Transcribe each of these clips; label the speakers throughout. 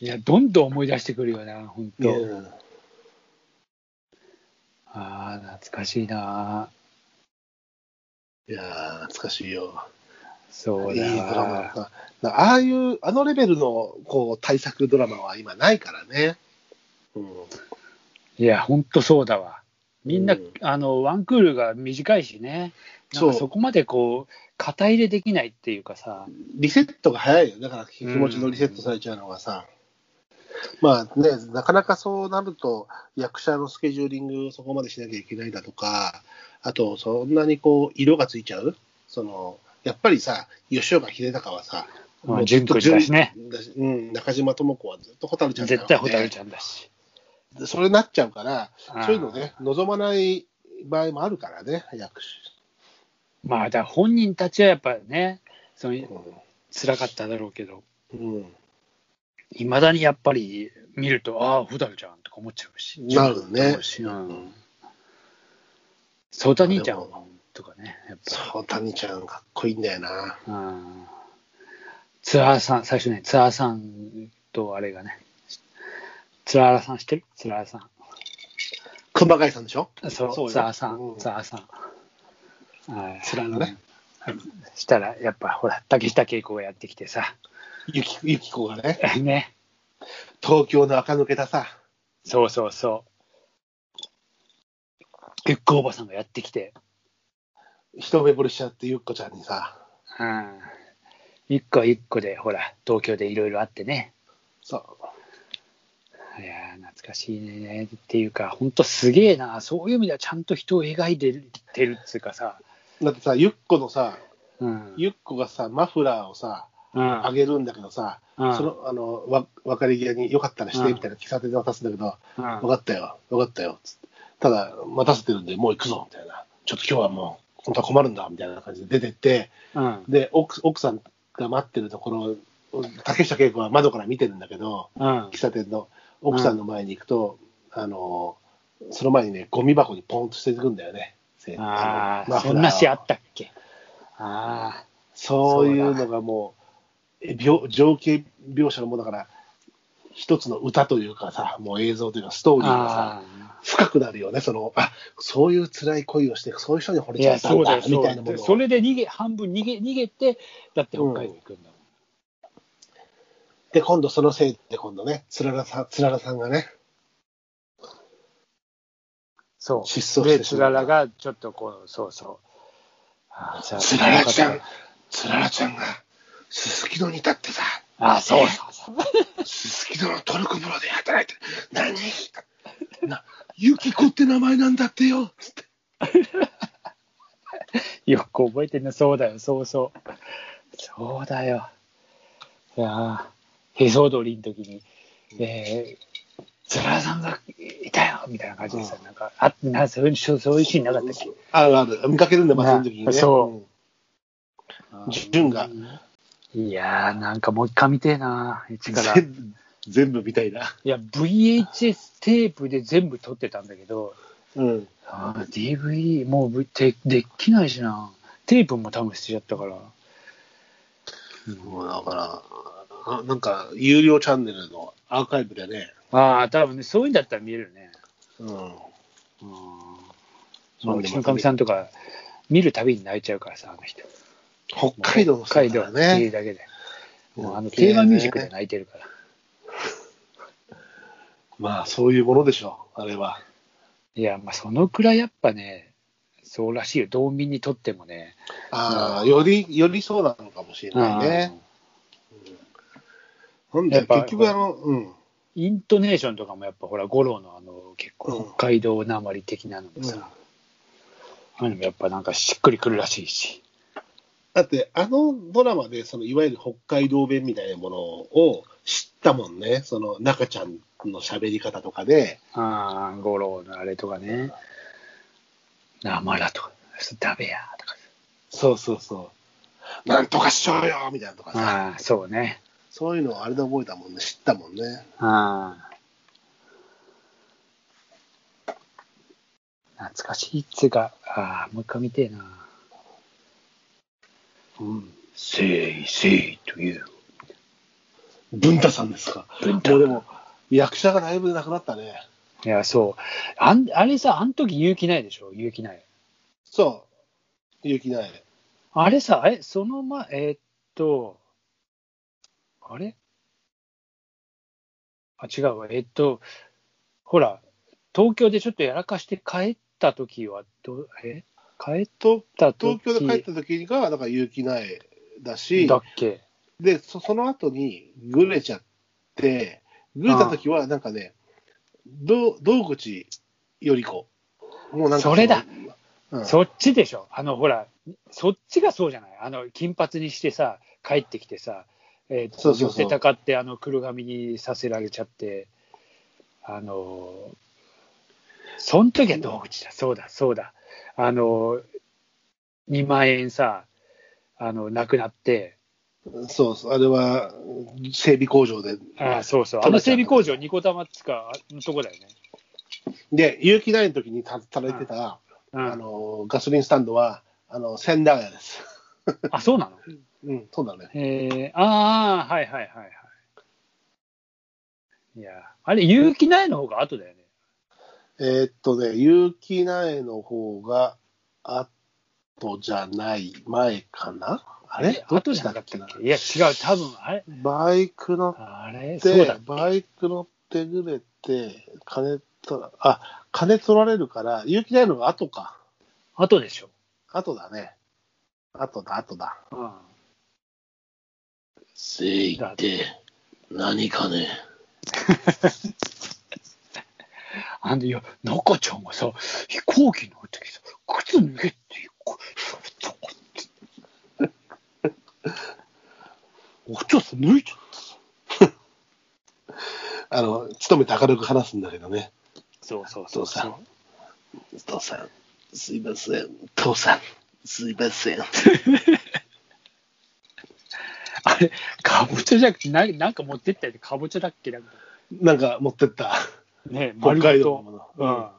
Speaker 1: や、どんどん思い出してくるよな、本当。
Speaker 2: うん
Speaker 1: ああ、懐かしいな。
Speaker 2: いやー懐かしいよ。
Speaker 1: そう
Speaker 2: い
Speaker 1: だわ
Speaker 2: いドラマだった。だああいう、あのレベルのこう対策ドラマは今ないからね。うん、
Speaker 1: いや、本当そうだわ。みんな、
Speaker 2: うん
Speaker 1: あの、ワンクールが短いしね。なん
Speaker 2: そう
Speaker 1: かそこまでこう、肩入れできないっていうかさ。
Speaker 2: リセットが早いよ。だから気持ちのリセットされちゃうのがさ。まあね、なかなかそうなると、役者のスケジューリングをそこまでしなきゃいけないだとか、あと、そんなにこう、色がついちゃうその、やっぱりさ、吉岡秀隆はさ、
Speaker 1: まあ
Speaker 2: もうずっと
Speaker 1: 淳君だしね
Speaker 2: だしうん、中島智子はずっと蛍ちゃんだよ
Speaker 1: 絶対蛍ちゃんだし。
Speaker 2: でそれになっちゃうから、
Speaker 1: あー
Speaker 2: そういうのね、望まない場合もあるからね、役者。
Speaker 1: まあ、だから本人たちはやっぱね、その
Speaker 2: う
Speaker 1: 辛かっただろうけど、
Speaker 2: んうん
Speaker 1: いまだにやっぱり見ると、ああ、蛍ちゃんとか思っちゃうし。
Speaker 2: なるね
Speaker 1: 思うしうん。ソータ兄ちゃんはとかね、やっぱ。
Speaker 2: そう、谷ちゃんかっこいいんだよな。
Speaker 1: うんツアーさん、最初ね、ツアーさんとあれがね、ツアーさん知ってるツアーさ
Speaker 2: 熊谷さんでしょ
Speaker 1: ん。そう、
Speaker 2: そうよ
Speaker 1: ツアーさ
Speaker 2: うん
Speaker 1: ん、ツアーさん。はい、
Speaker 2: ツアーのね。
Speaker 1: したら、やっぱほら、竹下恵子がやってきてさ、
Speaker 2: ゆき、ゆき子がね、
Speaker 1: ね、
Speaker 2: 東京の垢抜けたさ、
Speaker 1: そうそうそう。ゆっこおばさんがやってきて、
Speaker 2: 一目惚れしちゃってゆっこちゃんにさ、
Speaker 1: うん。一個一個で、ほら、東京でいろいろあってね。
Speaker 2: そ
Speaker 1: いやー懐かしいねっていうか、本当すげえな、そういう意味ではちゃんと人を描いてるってるっていうかさ、
Speaker 2: う。だってさ、ゆっこのさ、
Speaker 1: うん、
Speaker 2: ゆっこがさ、マフラーをさ、
Speaker 1: うん
Speaker 2: あげるんだけどさ、
Speaker 1: うん
Speaker 2: その、あの、わ、別れ際によかったらして、
Speaker 1: うん
Speaker 2: みたいな喫茶店で渡すんだけど、
Speaker 1: うん
Speaker 2: わかったよ、わかったよ、つって。ただ、待たせてるんで、もう行くぞ、みたいな。ちょっと今日はもう、本当は困るんだ、みたいな感じで出てって、
Speaker 1: うん
Speaker 2: で、奥奥さんが待ってるところを、竹下恵子は窓から見てるんだけど、
Speaker 1: うん
Speaker 2: 喫茶店の奥さんの前に行くと、あの、その前にね、ゴミ箱にポンと捨ててくんだよね。せ
Speaker 1: あ
Speaker 2: のマ
Speaker 1: あ、
Speaker 2: フラーを
Speaker 1: そんなシーンあったっけあ
Speaker 2: そういうのがもう、え描情景描写のものだから、一つの歌というかさ、もう映像というか、ストー
Speaker 1: ー
Speaker 2: リーがさ、
Speaker 1: あ
Speaker 2: 深くなるよね、その、あそういう辛い恋をして、そういう人に惚
Speaker 1: ー、
Speaker 2: れ
Speaker 1: い
Speaker 2: ちゃ
Speaker 1: や、
Speaker 2: った
Speaker 1: そ
Speaker 2: ん
Speaker 1: うだ
Speaker 2: だ、
Speaker 1: よ、
Speaker 2: み
Speaker 1: そう
Speaker 2: た
Speaker 1: だ
Speaker 2: いなも
Speaker 1: よ
Speaker 2: の
Speaker 1: それで逃げ、半分逃げ、逃げて、だって北海道行くんだもん。
Speaker 2: で、今度そのせいで、今度ね、つららさん、つららさんがね、
Speaker 1: そう。
Speaker 2: 失踪し
Speaker 1: で、
Speaker 2: て
Speaker 1: つ
Speaker 2: しま
Speaker 1: ら
Speaker 2: う
Speaker 1: らが、ちょっとこう、そうそう。あー
Speaker 2: つららちゃん、つららちゃんが、すすきのに立ってさ、
Speaker 1: あー、そうそうそう。
Speaker 2: すすきののトルコ風呂で働いてる、何な、ゆきこって名前なんだってよ、つって
Speaker 1: よく覚えてるね、そうだよ、そうそう。そうだよ。いやーへそ踊りの時に、えー、つららさんがいたよみたいな感じでさ、なんか、あなそういうそうそういうシーンなかったっけ
Speaker 2: あるある、見かけるんだ、バスの時にね。
Speaker 1: なそ
Speaker 2: うん。潤が、
Speaker 1: いやー、なんかもう一回見てえな、一から。い
Speaker 2: 全部全部みたいな。
Speaker 1: や、VHS テープで全部撮ってたんだけど、
Speaker 2: うん。
Speaker 1: あー DVD、もうぶでできないしな。テープも多分捨てちゃったから。
Speaker 2: もうだから、あなんか、有料チャンネルのアーカイブでね、
Speaker 1: ああ、多分ね、そういうんだったら見えるね。
Speaker 2: うん。
Speaker 1: うん
Speaker 2: そ
Speaker 1: まあ、
Speaker 2: う
Speaker 1: うちのかみさんとか、見るたびに泣いちゃうからさ、あの人。
Speaker 2: 北海道の
Speaker 1: 北海
Speaker 2: 人
Speaker 1: 道
Speaker 2: だ
Speaker 1: っ
Speaker 2: か
Speaker 1: て
Speaker 2: ら
Speaker 1: いう
Speaker 2: ね。
Speaker 1: だけで。もうあの
Speaker 2: 綺麗
Speaker 1: テ
Speaker 2: ね
Speaker 1: ーマミュージックで泣いてるから。
Speaker 2: まあ、そういうものでしょう、あれは。
Speaker 1: いや、まあ、そのくらいやっぱね、そうらしいよ。道民にとってもね。
Speaker 2: ああ、より、よりそうなのかもしれないね。なんだ
Speaker 1: やっ
Speaker 2: よ、
Speaker 1: ぱ
Speaker 2: 結局あの、うん。
Speaker 1: うんイントネーションとかもやっぱほら、五郎のあの、結
Speaker 2: う
Speaker 1: 構
Speaker 2: ん
Speaker 1: 北海道なまり的なのもさ、ああいうのもやっぱなんかしっくりくるらしいし。
Speaker 2: だって、あのドラマで、その、いわゆる北海道弁みたいなものを知ったもんね。その、中ちゃんの喋り方とかで、
Speaker 1: ああ、五郎のあれとかね。なまらとか、ダメやとか。
Speaker 2: そうそうそう。なんとかしようよみたいなとかさ、
Speaker 1: ああ、そうね。
Speaker 2: そういうのをあれで覚えたもんね、知ったもんね。
Speaker 1: ああ。懐かしいっつうか、ああ、もう一回見てえな。
Speaker 2: うん。
Speaker 1: せいせいという。
Speaker 2: 文太さんですか。
Speaker 1: 文
Speaker 2: もう
Speaker 1: 太
Speaker 2: でも、役者がだいぶなくなったね。
Speaker 1: いや、そう。あんあれさ、あの時勇気ないでしょ勇気ない。
Speaker 2: そう。勇気ない。
Speaker 1: あれさ、え、その前、えーっと、あれあ、違うわ。えーっと、ほら、東京でちょっとやらかして帰った時は、どえ帰っ
Speaker 2: と
Speaker 1: た時
Speaker 2: 東京で帰った時が、だから勇気ないだし、
Speaker 1: だっけ
Speaker 2: で、そその後にぐれちゃって、ぐれた時は、なんかね、ど道口より子。もうなんか
Speaker 1: そ
Speaker 2: の
Speaker 1: れだ。
Speaker 2: うん
Speaker 1: そっちでしょあの、ほら、そっちがそうじゃないあの、金髪にしてさ、帰ってきてさ、えーっと
Speaker 2: そうそうそう
Speaker 1: 寄せたかって、あの、黒髪にさせられちゃって、あのー、そん時は道口だ、そうだ、そうだ。あのー、2万円さ、あの、なくなって、
Speaker 2: そうそう、あれは整備工場で。
Speaker 1: あーそうそう、あ
Speaker 2: 取
Speaker 1: の
Speaker 2: れち
Speaker 1: 整
Speaker 2: ゃう
Speaker 1: 備工場、ニコ玉っつか、あのとこだよね。
Speaker 2: で、有機大の時にた働いてた、
Speaker 1: う
Speaker 2: あ
Speaker 1: ん、
Speaker 2: のガソリンスタンドは、あの千駄ヶ谷です。
Speaker 1: あ、そうなの
Speaker 2: うん、そうだね。
Speaker 1: えー、ああ、はいはいはいはい。いや、あれ、有機苗の方が後だよね。
Speaker 2: えーっとね、有機苗の方が、後じゃない、前かなあれどっ
Speaker 1: 後
Speaker 2: ち
Speaker 1: じゃ
Speaker 2: だ
Speaker 1: なか
Speaker 2: っ
Speaker 1: っ
Speaker 2: け
Speaker 1: たっ
Speaker 2: な
Speaker 1: けいや、違う、多分あれ、
Speaker 2: バイク乗っ
Speaker 1: あれ、そうだ
Speaker 2: て、。バイク乗ってぐれて、金取ら、あ、金取られるから、有機苗の方が後か。
Speaker 1: 後でしょ。
Speaker 2: 後だね。後だ、後だ。
Speaker 1: うん。
Speaker 2: 誠意って何かね
Speaker 1: あのよ、中ちゃんがさ、飛行機乗るときさ、靴脱げって言うこそうそうおちょさ、脱いじゃった。
Speaker 2: あの勤めて明るく話すんだけどね
Speaker 1: そうそう
Speaker 2: そうそう父さんすいません父さんすいません
Speaker 1: あれ、かぼちゃじゃなくて、ななんか持ってったよね。かぼちゃだっけなんか。
Speaker 2: なんか持って った
Speaker 1: ね、
Speaker 2: 北海道の
Speaker 1: 丸
Speaker 2: も
Speaker 1: ごと うん。
Speaker 2: の、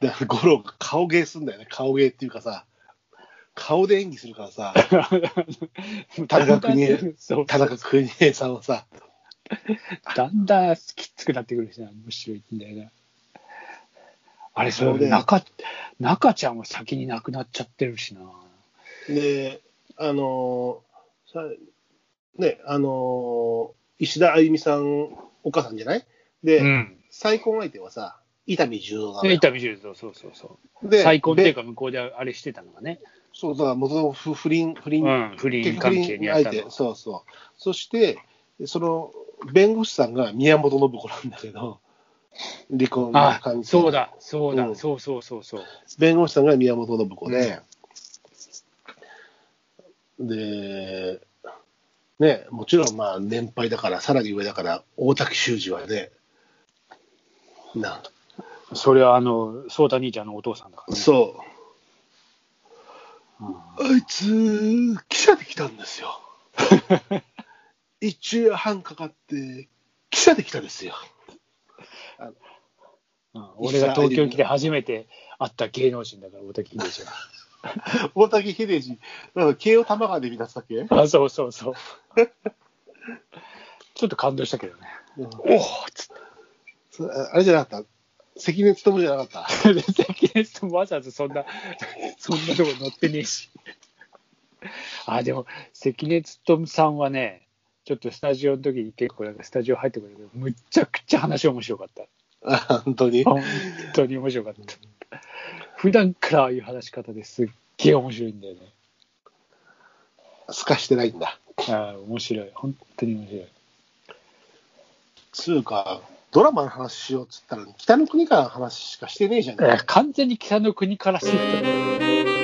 Speaker 2: うん、で五郎が顔芸すんだよね顔芸っていうかさ顔で演技するから さ田中邦衛
Speaker 1: そう
Speaker 2: 田中邦衛さんはさ
Speaker 1: だんだんきつくなってくるしな、むしろいんだよな。あれ、そ
Speaker 2: そうだ
Speaker 1: れ、
Speaker 2: よ
Speaker 1: 中、中ちゃんは先に亡くなっちゃってるしな。
Speaker 2: であのーさねあのー石田あゆみさんお母さんじゃないで、
Speaker 1: ん。
Speaker 2: 再婚相手はさ伊丹十三なの
Speaker 1: で、伊
Speaker 2: よ
Speaker 1: 丹十三、そうそうそう。
Speaker 2: で
Speaker 1: 再婚っていう
Speaker 2: べ
Speaker 1: か、向こうであれしてたのがね。
Speaker 2: そうだから元々不不倫不倫、
Speaker 1: うん、不倫関係にあった
Speaker 2: 結
Speaker 1: の
Speaker 2: 局不倫相手。そうそうそしてその弁護士さんが宮本信子なんだけど離婚
Speaker 1: あ
Speaker 2: 関係、
Speaker 1: そうだ、そう
Speaker 2: う
Speaker 1: だ、
Speaker 2: ん
Speaker 1: そうそうそうそう。
Speaker 2: 弁護士さんが宮本信子で、でねもちろんまあ年配だからさらに上だから大滝修二はねなん
Speaker 1: それは、あの、そうた兄ちゃんのお父さんだからね。
Speaker 2: そ
Speaker 1: う
Speaker 2: う
Speaker 1: ん
Speaker 2: あいつ、記者で来たんですよ。一夜半かかって、記者で来たですよ。
Speaker 1: うん俺が東京来て初めて会った芸能人だから、大滝秀治は。
Speaker 2: 大竹秀治、なんか慶応玉川で見出すだけ、
Speaker 1: あ、 そうそうそう。ちょっと感動したけどね。
Speaker 2: うん
Speaker 1: おおつっ
Speaker 2: そあれじゃなかった。関根勤じゃなかった。
Speaker 1: て、関根さんわざわざそんな、 そんなとこ乗ってねえし。あ、でも、関根勤さんはね、ちょっとスタジオの時に結構なんかスタジオ入ってくるけど、むちゃくちゃ話面白かった。
Speaker 2: あ本当に。
Speaker 1: 本当に面白かった。普段からああいう話し方ですっげえ面白いんだよね。
Speaker 2: すかしてないんだ。
Speaker 1: あー面白い。本当に面白い。
Speaker 2: つうか、ドラマの話しようっつったら、北の国からの話しかしてねえじゃん。
Speaker 1: えー完全に北の国からシフト。